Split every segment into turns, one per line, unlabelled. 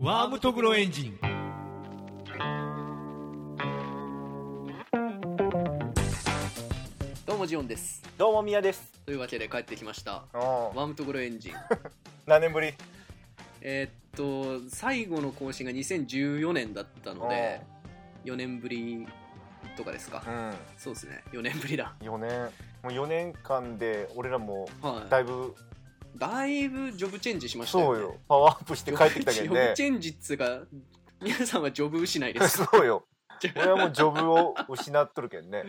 ワームトグロエンジン。
どうもジオンです
どうも宮です。
というわけで帰ってきました
うん。
ワームトグロエン ジン
何年ぶり？
えーっと最後の更新が2014年だったので4年ぶりとかですか
うん。
そうですね4年ぶりだ
四年。もう四年間で俺らも
は
だいぶ
いだいぶジョブチェンジしましたよ、
そ
ね、
うよパワーアップして帰ってきたけ
ジョ
どね
ブ。チェンジっつうか皆さんはジョブ失いです
そう よ。俺はもうジョブを失っとるけ んね。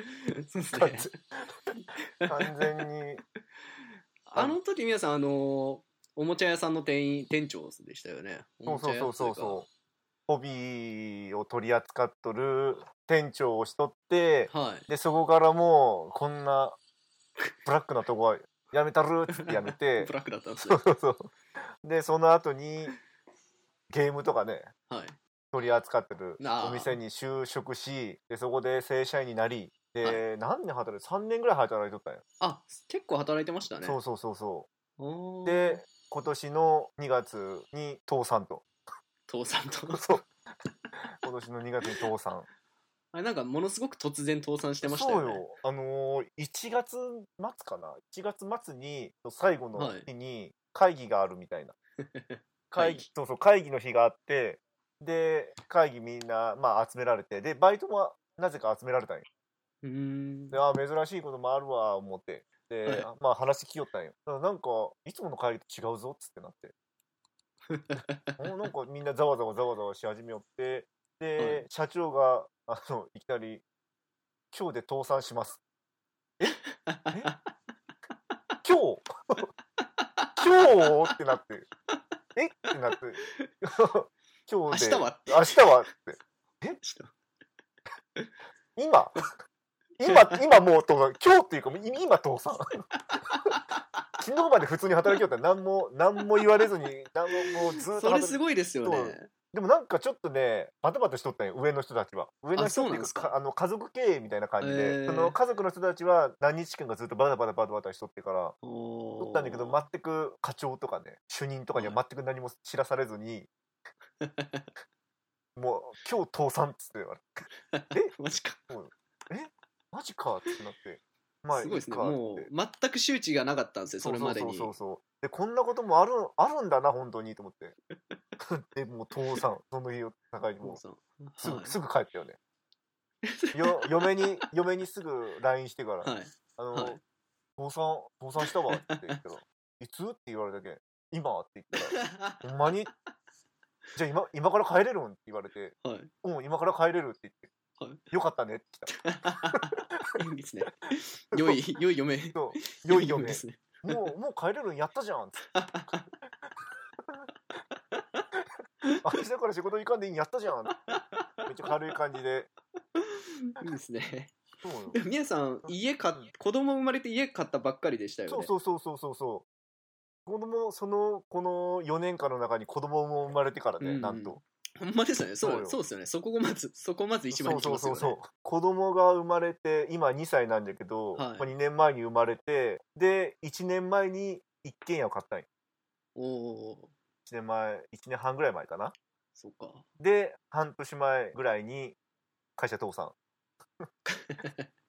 そうです
完
ね
全完全に
あの時皆さんあのおもちゃ屋さんの店員店長でしたよね
そうそうそうそう
おも
そう。ホビーを取り扱っとる店長をしとって
ちゃ屋っていうかはい
でそこからもうこんなブラックなとこはやめたるっつってやめて
ブラックだったんですね
そうそうそうでその後にゲームとかね
はい
取り扱ってる
あー
お店に就職しでそこで正社員になりで、何年働いて3年ぐらい働いとったんよ、
あ結構働いてましたね
そうそうそうそ
お
う
ー
で今年の2月に倒産と
倒産と
そう 今年の2月に倒産
あれなんかものすごく突然倒産してました
そう
よね
よあのー、1月末かな1月末に最後の日に会議があるみ たいな、会議そうそう会議の日があってで会議みんな、まあ、集められてでバイトもなぜか集められたんよ
うーん
であ珍しいこともあるわ思ってで、
はい
まあ話聞きよったんよだからなんかいつもの帰りと違うぞっつってなっておなんかみんなざわざわざわざわし始めよってで、
はい
社長があのいきなり「今日で倒産します」「今日今日?」ってなって「えっ?」てなって「今
明
日
日
で
は
明日は?」って
ちょっ
「今今今もう倒産今日っていうかい今倒産」昨日まで普通に働きよったら何も何も言われずに何ももうずー
と
っと
それ
働き
すごいですよね
そうでもなんかちょっとねバタバタしとったんよ上の人たちは上の人
そう
っ
な
て
ん
い
で
う
す
か
か
かあの家族経営みたいな感じで、
へー
その家族の人たちは何日間かずっとバタバタバタバタしとってから
お
取
ー
ったんだけど全く課長とかね主任とかには全く何も知らされ ずに、もう「今日倒産」っつって言われて
マジか
「マジか」ってなって「まあい
す
い
ごい
か」っ
ですね
つって
もう全く周知がなかったんですよそれまでに
そうそうそうそうでこんなこともあるあるんだな本当にと思って でもう倒産その日を境にもうすぐ,、
はい
すぐ帰った よねよ嫁に嫁にすぐ LINE してから「
はい
あの
はい
倒産倒産したわ」って言っ たら「いつ?」って言われたけん「今」って言ったら「ほんまにじゃあ今今から帰れるん?」って言われて
はい
「うん今から帰れる」って言って「
は
よかったね」って来た
いいですね良い良い嫁
そう良いよ
で
ね
すね
もうもう帰れるんやったじゃん」っつ って「明日から仕事行かんでいいんやったじゃん」めっちゃ軽い感じで
いいですね
そうよ
でも宮さん家買っ
うん
子供生まれて家買ったばっかりでしたよね
そうそうそうそうそうそう子供そのこの4年間の中に子供も生まれてからね、
うん
なんと
ほんまですよねそ
そう
う
よ
そうですよねそこがまずそこまず一番にきますよね
そうそうそうそう子供が生まれて今2歳なんだけど、
はい
まあ2年前に生まれてで1年前に一軒家を買ったんよ
おお
1年前1年半ぐらい前かな
そっか
で半年前ぐらいに会社倒産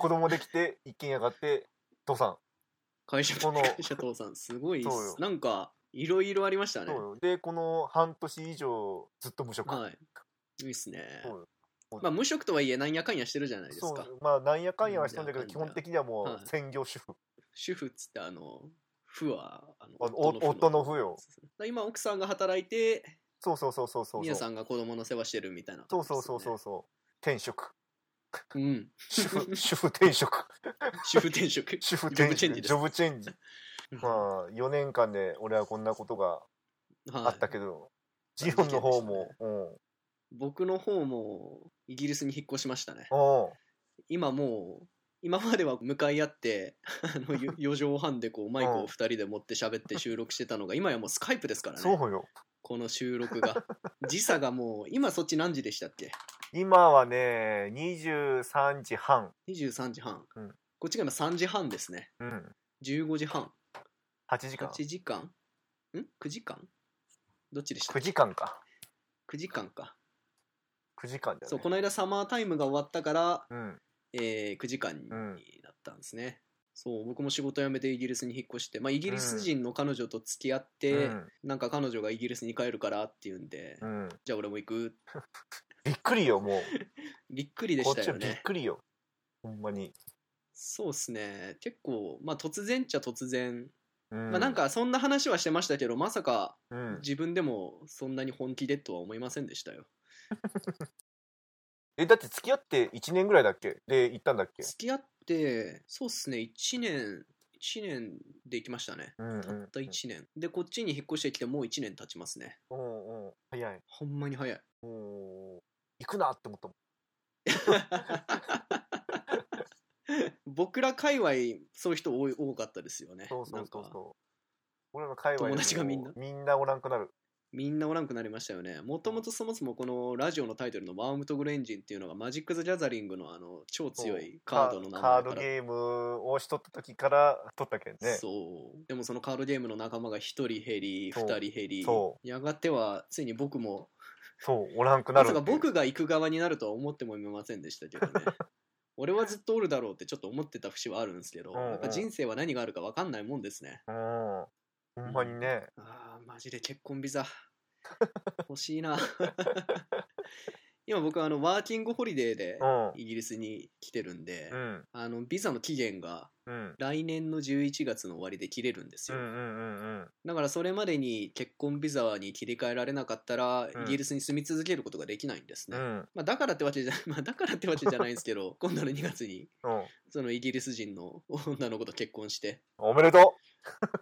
子供できて一軒家買って倒産
会社
この
会社倒産すごいっす
そうよ
なんかいろいろありましたね
そうよでこの半年以上ずっと無職、
はいいいっすね
そうよ
まあ無職とはいえなんやかんやしてるじゃないですか
そうまあなんやかんやはしたんだけど
なんや
基
かんや
本的にはも
はいう
専業主婦、
主婦っつってあの夫はあの
あのお夫の夫よ
今奥さんが働いて
そうそうそうそうそう
皆さ
そうん
が子供の世話してるみたいな
そうそうそうそうそう転職
ううん
主 婦主婦転職
主婦転職
主婦
ジョブ
転
チェンジ
職
です
ジョブチェンジまあ4年間で俺はこんなことが あ
は
ったけど、
はい
ジオンの方も、
い僕の方もイギリスに引っ越しましたね
うんうん
今もう今までは向かい合って あの よ4畳半でこうマイクを2人で持って喋って収録してたのが今やもうスカイプですから
そ
ね
うよ
この収録 が時差がもう今そっち何時でしたっけ
今はね23時半、
23時半、
うん
こっちが今3時半ですね
うん、
15時半
8時間
8時間ん ?9 時間どっちでした
9時間か
?9 時間か。
9時間だよね
そう、この間サマータイムが終わったから、
うん
えー9時間に
うん
なったんですね。そう、僕も仕事辞めてイギリスに引っ越して、まあ、イギリス人の彼女と付き合って、
うん
なんか彼女がイギリスに帰るからって言うんで、
うん、
じゃあ俺も行く。
びっくりよもう
びっくりで
こ
し
ったち
よ
はびっ
ね。
くりよほんまに、
そうですね。結構、まあ突然っちゃ突然。
う
まあなん、かそんな話はしてましたけど、まさか
うん、
自分でもそんなに本気でとは思いませんでしたよ。
えだって付き合って1年ぐらいだっけで行ったんだっけ、
付き合って、そうっすね、1年、1年で行きましたね。
うんうん
たった1年。で、こっちに引っ越してきてもう1年経ちますね。
うんうん、早い
ほんまに早い。
もう行くなって思ったもん
僕ら界隈、そういう人多い多かったですよね。
そうそうそう
なんか
そう俺の界隈
友達がみんな
みんなおらんくなる
みんなおらんくなりましたよね。もともとそもそもこのラジオのタイトルのワームとグレンジンっていうのがマジック・ザ・ギャザリングのあの超強いカードの名前
カ
か
ード
ら。
ゲームをしとった時から取ったけんね
そうでもそのカードゲームの仲間が1人減り
そう
2人減り
そ
やがてはついに僕も
そうおらんくな
ま
る
さ
って
か僕が行く側になるとは思ってもみませんでした けどね俺はずっとおるだろうってちょっと思ってた節はあるんですけど、
うんうん
やっぱ人生は何があるか分かんないもんですね
うんほんまにね、
あーマジで結婚ビ ザ欲しいな今僕はあのワーキングホリデーで
うん
イギリスに来てるんで、
うん
あのビザの期限が
うん
来年の11月の終わりで切れるんです
う
よ、
んうんうんうん
だからそれまでに結婚ビザに切り替えられなかったら
うん
イギリスに住み続けることができないんですね、
うん
まあ、だからってわけじゃ、 まあ、だからってわけじゃないんですけ ど今度の2月に
うん
そのイギリス人の女の子と結婚して
おめでと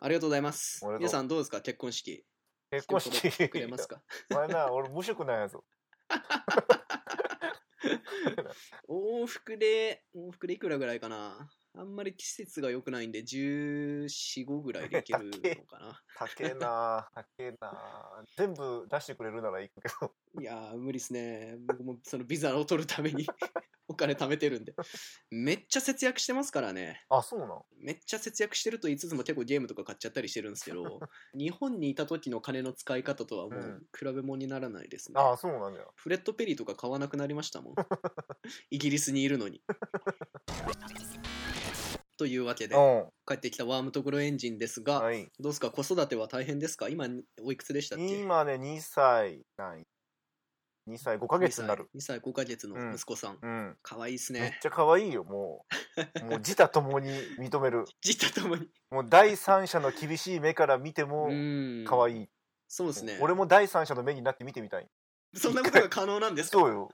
ありがとうございます
おめでとう
皆さんどうですか結婚式
う結婚式
一言くれますか
お前な俺無職なんやぞ
往復で往復でいくらぐらいかなあんまり季節が良くないんで1415ぐらいでいけるのかな
高えな高えな全部出してくれるなら行くけど
いやー無理っすね僕もそのビザを取るために お金貯めてるんでめっちゃ節約してますからね
あそうなの
めっちゃ節約してると言いつつも結構ゲームとか買っちゃったりしてるんですけ ど日本にいた時の金の使い方とはもう比べ物にならないですね、
あそうなんだよ
フレットペリーとか買わなくなりました もんイギリスにいるのにというわけで
う
帰ってきたワームトグロエンジンですが、
んはい
どうですか子育ては大変ですか今おいくつでしたっけ
今ね2歳ない2歳5ヶ月になる
2歳5ヶ月の息子さん、
うん
かわいいです
めっ
ね
ちゃ可愛いよも うもう自他ともに認める
じったともに
もう第三者の厳しい目から見ても
うん
可
い
愛い、
そうですね
俺も第三者の目になって見てみたい
そんなことが可能なんですか
そうよ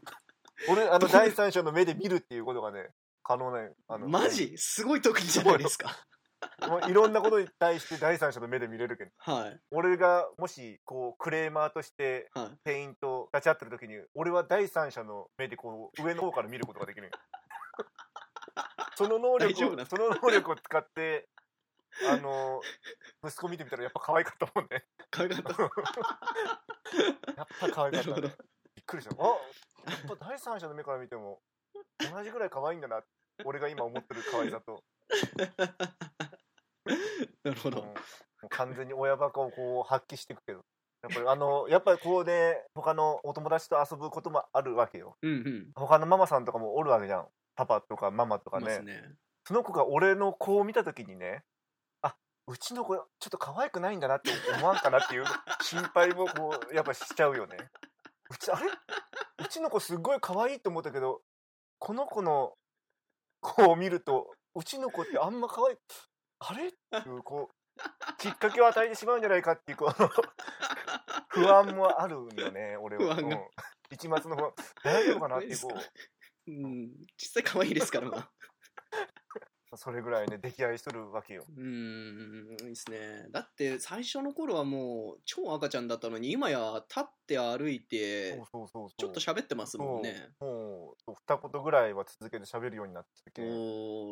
俺あの第三者の目で見るっていうことがね可能なんよあの
マジすごい特技じゃないですか
もういろんなことに対して第三者の目で見れるけど
はい
俺がもしこうクレーマーとして
はい
店員と立ち会ってる時に俺は第三者の目でこう上の方から見ることが できるんよその能
大丈夫
力
な
を
の
その能力を使ってあの息子見てみたらやっぱ可愛かったも んね
可愛かった
やっぱ可愛か
なる
った、
ほ
ね、び
ど
っくりしたあやっぱ第三者の目から見ても同じぐらい可愛いんだな俺が今思ってる可愛さと、
なるほ
うん
ど
もう完全に親バカをこう発揮していくけどやっぱりあのやっぱりこうね他のお友達と遊ぶこともあるわけよ
うんうん
他のママさんとかもおるわけじゃんパパとかママとか
います
ね
ね
その子が俺の子を見た時にねあうちの子ちょっと可愛くないんだなって思わんかな っていう心配もこうやっぱしちゃうよねうちあれうちの子すごい可愛いと思ったけどこの子の子を見るとうちの子ってあんま可愛いあれっていうこうきっかけを与えてしまうんじゃないかっていうこの不安もあるんよね俺は
不安が
うん一抹の不安大丈夫かなって いうこう
うん実際可愛いですからまあ
それぐらいね溺愛しとるわけよ
うんいいですねだって最初の頃はもう超赤ちゃんだったのに今や立って歩いて
そうそうそうそう
ちょっと喋ってますもんね
もう二言ぐらいは続けて喋るようになってきて、う
お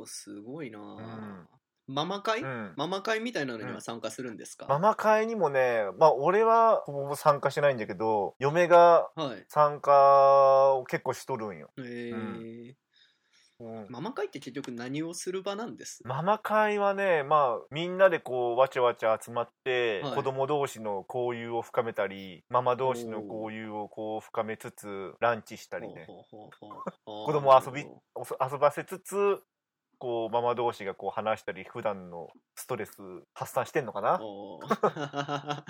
ーすごいなあ、
ん
ママ会、
ん、
ママ会みたいなのには参加するんですか、
ママ会にもねまあ俺はほぼほぼ参加してないんだけど嫁が
はい
参加を結構しとるんよ
えー
ううん
ママ会って結局何をする場なんです
ママ会はね、まあ、みんなでこうわちゃわちゃ集まって、
はい
子供同士の交流を深めたりママ同士の交流をこう深めつつランチしたりね
ほうほうほうほう
子供遊びおそ遊ばせつつこうママ同士がこう話したり普段のストレス発散してんのかな
お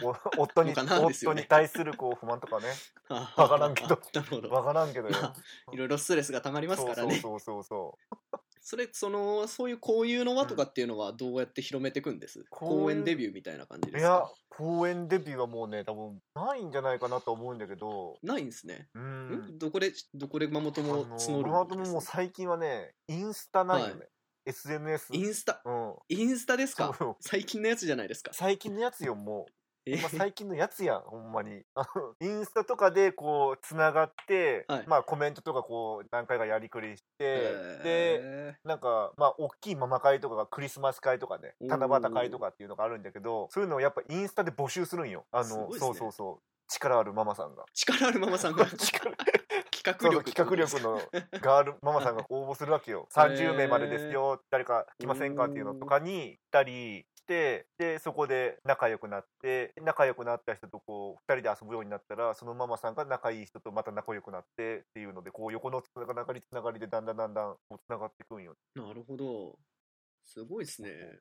お夫に
のかなですよ
夫
ね
に対するこう不満とかね
ー
わからんけど
なるほど
わからんけどよ
まいろいろストレスがたまりますからねそ
そうそうそうそうそう
れそのそういう交友の輪とかっていうのはどうやって広めていくんです、
交友
公演デビューみたいな感じで
い
す
や
か
公演デビューはもうね多分ないんじゃないかなと思うんだけど
ないんですね、
うん
どこでどこでママ
あの
友募るんです
ママ友も最近はねインスタないよね、
は
SNS
インスタ
うん
インスタですか
そうよ
最近のやつじゃないですか
最近のやつよもう
え
まあ、最近のやつやんほんまに あのインスタとかでこうつながって、
はい
まあコメントとかこう何回かやりくりして、で
え
なんかまあ大きいママ会とかがクリスマス会とかね
おー
七夕会とかっていうのがあるんだけどそういうのをやっぱインスタで募集するんよあ
す
の、
ごいっすね
そうそうそう力あるママさんが
力あるママさん が企画
力そうそう
力
企画力のガ ールママさんが応募するわけよ30名までですよ誰か来ませんかっていうのとかに行ったりしてでそこで仲良くなって仲良くなった人とこう2人で遊ぶようになったらそのママさんが仲いい人とまた仲良くなってっていうのでこう横のつながりつながりでだんだんだんだんこうつながっていくんよ。
なるほどすごいですね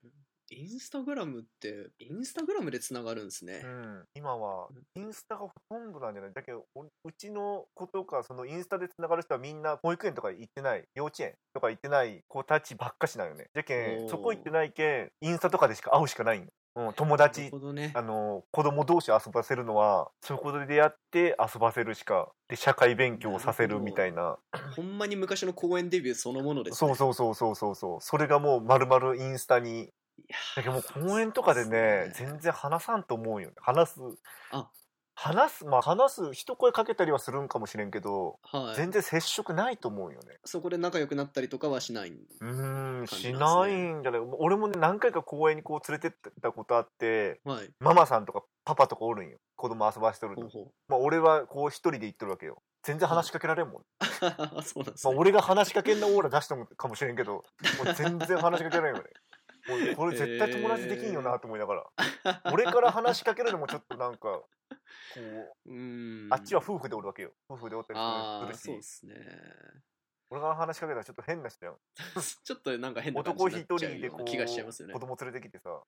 インスタグラムってインスタグラムでつながるんですね、
うん、今はインスタがほとんどなんじゃないだけどおうちの子とかそのインスタでつながる人はみんな保育園とか行ってない幼稚園とか行ってない子たちばっかしなんよねじゃけ
おー
んそこ行ってないけんインスタとかでしか会うしかないんよ、うん、友達
なるほどね
あの子供同士遊ばせるのはそこで出会って遊ばせるしかで社会勉強をさせるみたいな
ほんまに昔の公演デビューそのものです、
そう
ね、
そうそうそうそうそうそれがもうまるまるインスタに
いやー
だけどもう公園とかでね
そうっす
全然話さんと思うよね話す
あ
話すまあ話す一声かけたりはするんかもしれんけど、
はい
全然接触ないと思うよね
そこで仲良くなったりとかはしないん
うーん
感
し
じ
な
なん
い
ですね
んじゃない俺もね何回か公園にこう連れてったことあって
はい
ママさんとかパパとかおるんよ子供遊ばしてる
ほう
の、
ほ
まあ、俺はこう一人で行ってるわけよ全然話しかけられんも
う
ん、
そうなんです
まあ、
ね、
俺が話しかけんなオーラ出したのかもしれんけどもう全然話しかけられんよねもうこれ絶対友達できんよなと思いながら、俺から話しかけるのもちょっとなんかこう
うーん
あっちは夫婦でおるわけよ夫婦でおったり
ああ
す
そう
る
で
し
すね
俺から話しかけたらちょっと変な人やん
ちょっとなんか変な感じ
男
に
一
なっちゃ
人
う
で
よ
こ
うな
う
気がしちゃいますよね
子供連れてきてさ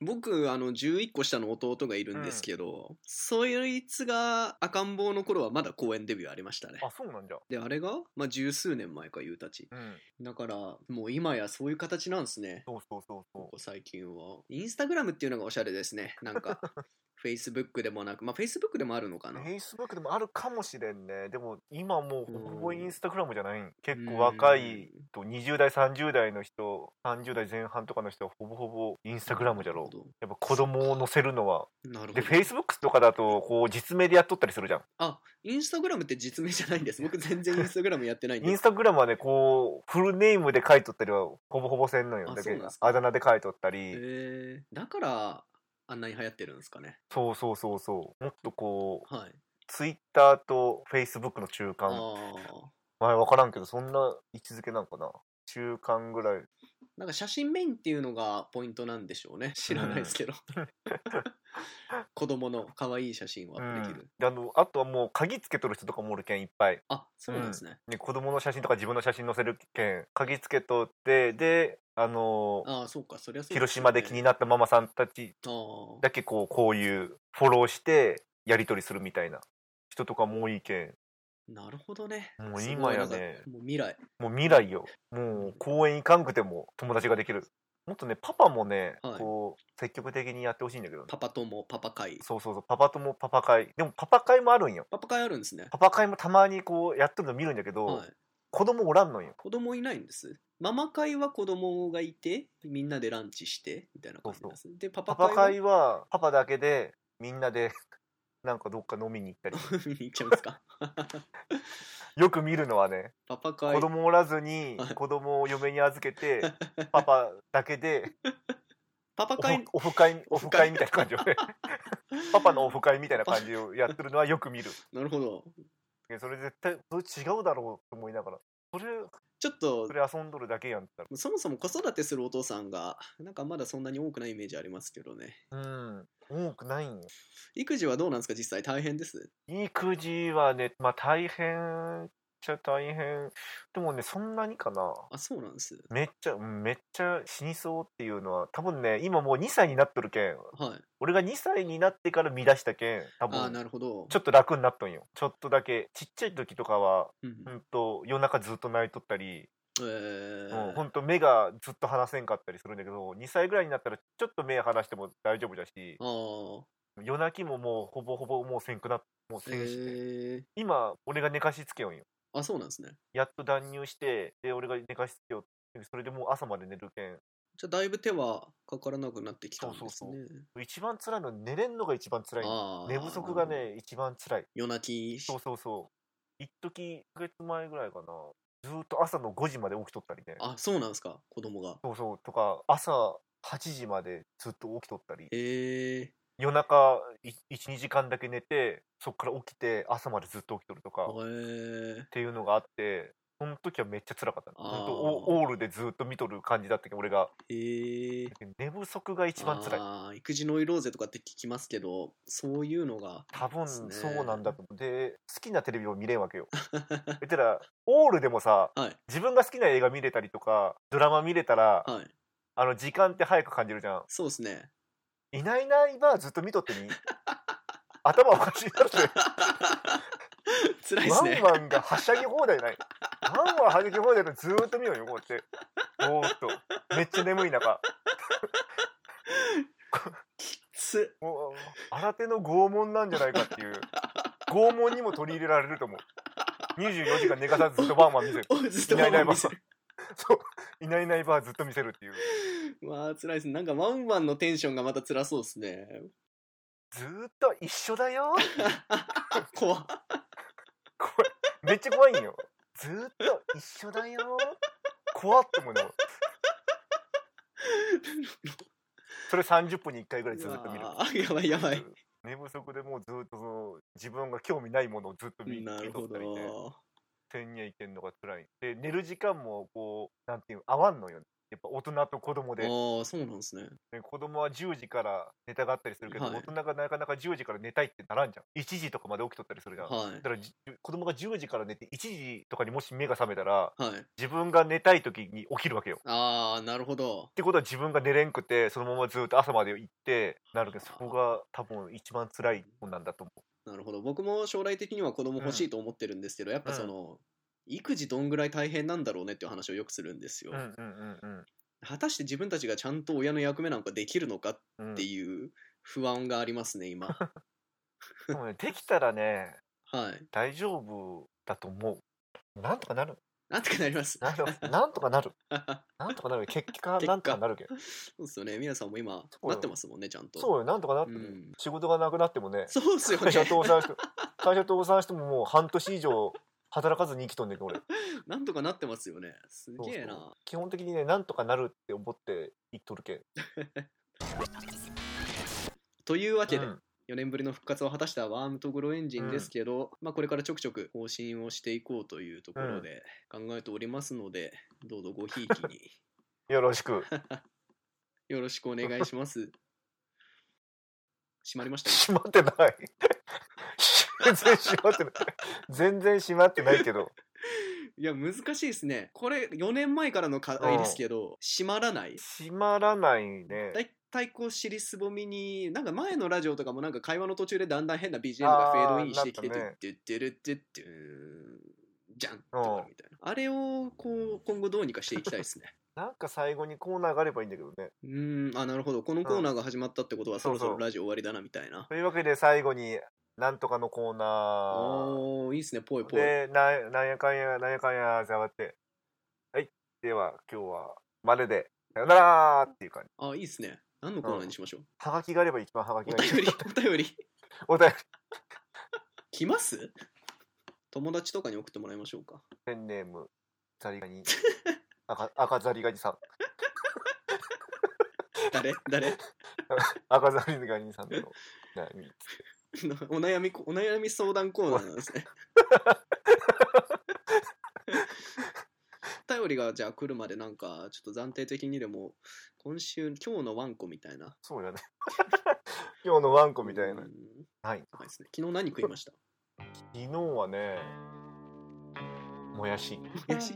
僕あの11個下の弟がいるんですけど、そいつが赤ん坊の頃はまだ公演デビューありましたね
あそうなんじゃ
であれが、まあ、十数年前かゆうたち
うん
だからもう今やそういう形なんですね
そうそうそうそ
ここ最近はインスタグラムっていうのがおしゃれですねなん かフェイスブックでもなくまあフェイスブックでもあるのか
う
な
フェイスブックでもあるかもしれんねでも今もうほぼ
うん
インスタグラムじゃないん結構若いと20代30代の人30代前半とかの人はほぼほぼインスタグラムじゃろう
う
やっぱ子供を載せるのは
んなるほ
で
ど
フェイスブックとかだとこう実名でやっとったりするじゃん
あインスタグラムって実名じゃないんです僕全然インスタグラムやってないん
イ
で
ンス
す
タグラムはねこうフルネームで書いとったりはほぼほぼせんのよ
あ
だ
そう
け
なんすか
あだ名で書いとったり、
えー、だからあんなに流行ってるんですかね
そうそうそうそうもっとこう
はい
ツイッターとフェイスブックの中
あ
間
あ
まあ分からんけどそんな位置づけなんかな中間ぐらい
なんか写真メインっていうのがポイントなんでしょうね知らないですけど、 子供の可愛い写真をアップできる、
うんであのあとはもう鍵つけとる人とかもおるけんいっぱい、
あそうなんですね、
ね、子供の写真とか自分の写真載せるけん鍵つけとってであの
ああそうかそりゃそうすよね、
広島で気になったママさんたち
あー
だけこうこういうフォローしてやり取りするみたいな人とかも多いけん
なるほどね
もう今やね
すごいなんかもう未来
もう未来よもう公園行かんくても友達ができるもっとねパパもね、
はい
こう積極的にやってほしいんだけどね
パパ友パパ会
そうそうそうパパ友パパ会でもパパ会もあるんよ
パパ会あるんですね
パパ会もたまにこうやってるの見るんだけど、
はい
子供おらんのんよ
子供いないんですママ会は子供がいてみんなでランチしてみたいな感じなんですでパ
パ
パ
パ
会は
会はパパだけでみんなで なんかどっか飲みに 行ったり
見に行っちゃうんですか
よく見るのはね
パパ会
子供おらずに
はい
子供を嫁に預け てパパだけで
パパ
オフ
会
オフ会オフ会みたいな感じをねパパのオ
フ
フ会みたいな感じをやってるのはよく見る
なるほど
それ絶対それ違うだろうと思いながらそれ
ちょっと
それ遊んどるだけやんって言っ
そもそも子育てするお父さんがなんかまだそんなに多くないイメージありますけどね
たらうん多くないんよ
育児はどうなんですか実際大変です
育児はねまあ大変っちゃ大変でもねそんなにかな
あそうなんです
めっちゃうんめっちゃ死にそうっていうのは多分ね今もう2歳になっとるけん
はい
俺が2歳になってから見出したけん多
ああな
分
るほど
ちょっと楽になっとんよちょっとだけちっちゃい時とかは
うん
うんと夜中ずっと泣いとったり、
えー
うん、ほんと目がずっと離せんかったりするんだけど2歳ぐらいになったらちょっと目離しても大丈夫だし
あー
夜泣きももうほぼほぼもうせんくなもうせんして、
えー
今俺が寝かしつけよんよ
あそうなんですね
やっと断乳してで俺が寝かしつけようそれでもう朝まで寝るけん
じゃあだいぶ手はかからなくなってきたんですね
そうそ一番辛いのは寝れんのが一番辛いの
ああ
寝不足がね一番辛い
夜泣き
そうそうそう一時一ヶ月前ぐらいかなずーっと朝の5時まで起きとったりね
あそうなんですか子供が
そうそうとか朝8時までずっと起きとったり
へえ
夜中12時間だけ寝てそっから起きて朝までずっと起きとるとかっ
ー、へえ
ていうのがあってその時はめっちゃ辛かったの
あー
ほんとオオールでずっと見とる感じだったけど俺が
へえ
寝不足が一番辛い
あー育児ノイローゼとかって聞きますけどそういうのが
多分
そうです
そ
ね
うなんだと思うで好きなテレビを見れんわけよえてらオールでもさ
はい
自分が好きな映画見れたりとかドラマ見れたら
はい
あの時間って早く感じるじゃん
そうですね
いないいないばずっと見とってみ 頭おかしい なって
辛いで
ワ
すね
ンワンがはしゃぎ放題ない。ワンワンはしゃぎ放題のずーっと見ようよ、こうやって。ぼーっと。めっちゃ眠い中。
つ
もう新手の拷問なんじゃないかっていう。拷問にも取り入れられると思う。24時間寝かさずずっとワンワン見せる。
おずっと
いないいない
ワンワン見せる
そう。いないいないばーずっと見せるっていう。
わあ辛いですねなんかワンワンのテンションがまた辛そうですね
ずーっと一緒だよ。
怖っ
怖い。めっちゃ怖いんよ。ずーっと一緒だよ。怖ってもうでもそれ30分に1回ぐらいずーっと見る。
うわあやばいやばい
寝不足でもうずっとその自分が興味ないものをずっと 見
なるほ
見とったりね
ど
手にはいけんのが辛いで寝る時間もこうなんていうの合わんのよねやっぱ大人と子供で、
ああそうなんですね
ね子供は10時から寝たがったりするけど、
はい
大人がなかなか10時から寝たいってならんじゃん1時とかまで起きとったりするじゃん、
は
だからじ子供が10時から寝て1時とかにもし目が覚めたら
いはい
自分が寝たい時に起きるわけよっ
ああなるほど
てことは自分が寝れんくてそのままずっと朝まで行ってなるけどそこが多分一番辛いもんなんだと思う
なるほど僕も将来的には子供欲しいと思ってるんですけど、やっぱその、育児どんぐらい大変なんだろうねっていう話をよくするんですよ、
うんうんうんうん
果たして自分たちがちゃんと親の役目なんかできるのかっ
うん
ていう不安がありますね 今は
でもね、できたらね、
い
大丈夫だと思う。なんとかなる。
なんとかなります
なんと かなんとかなる。
そ
なんとかなる。結果、
結果
なんとかなるけど。
うですよね皆さんも今
うよ
なってますもんねちゃんと
そうよ、なんとかなってるよ、
うん
仕事がなくなってもね、
そうっすよ
会社
ね
倒産して、会社倒産してももう半年以上働かずに生きとんねんけど俺。
なんとかなってますよねす
そう
げえな
そう基本的にね、なんとかなるって思って生きとるけん。
というわけで、
うん
4年ぶりの復活を果たしたワームとグロエンジンですけど、まあ、これからちょくちょく更新をしていこうというところで考えておりますので、どうぞごひいきに
よろしく。
よろしくお願いします。閉まりましたね。
閉まってない。全然閉まってない。全然閉まってないけど。
いや難しいですね。これ4年前からの課題ですけど閉まらない。
閉まらないね。
だいたいこう尻すぼみになんか前のラジオとかもなんか会話の途中でだんだん変な BGM がフェードインしてきて
あーなんかね
てってってるってってうーんじゃんとかみたいなあれをこう今後どうにかしていきたいですね。
なんか最後にコーナーがあればいいんだけどね。
うーんあなるほどこのコーナーが始まったってことはそろそ
そ
ろ
うそう
ラジオ終わりだなみたいな。
というわけで最後になんとかのコーナ
おーいいですねぽい
ー
ぽい。
でななんやかんやなんやかんやざわってはいでは今日はまででさよならーっていう感じ
あいいですね。何のコーナーにしましょう。
はがきがあれば一番はが
お
きがいい
便りお便り。
お便り
来ます友達とかに送ってもらいましょうか。
ペンネームザリガニ赤赤ザリガニさん
誰誰
赤ザリガニさんの悩み
お悩み、お悩み 相談コーナーなんですね。お便りがじゃあ来るまでなんかちょっと暫定的にでも今週今日のワンコみたいな
そうやね 今日のワンコみたいな
うん
はい
高いですね昨日何食い ました
昨日はねもやし
もやし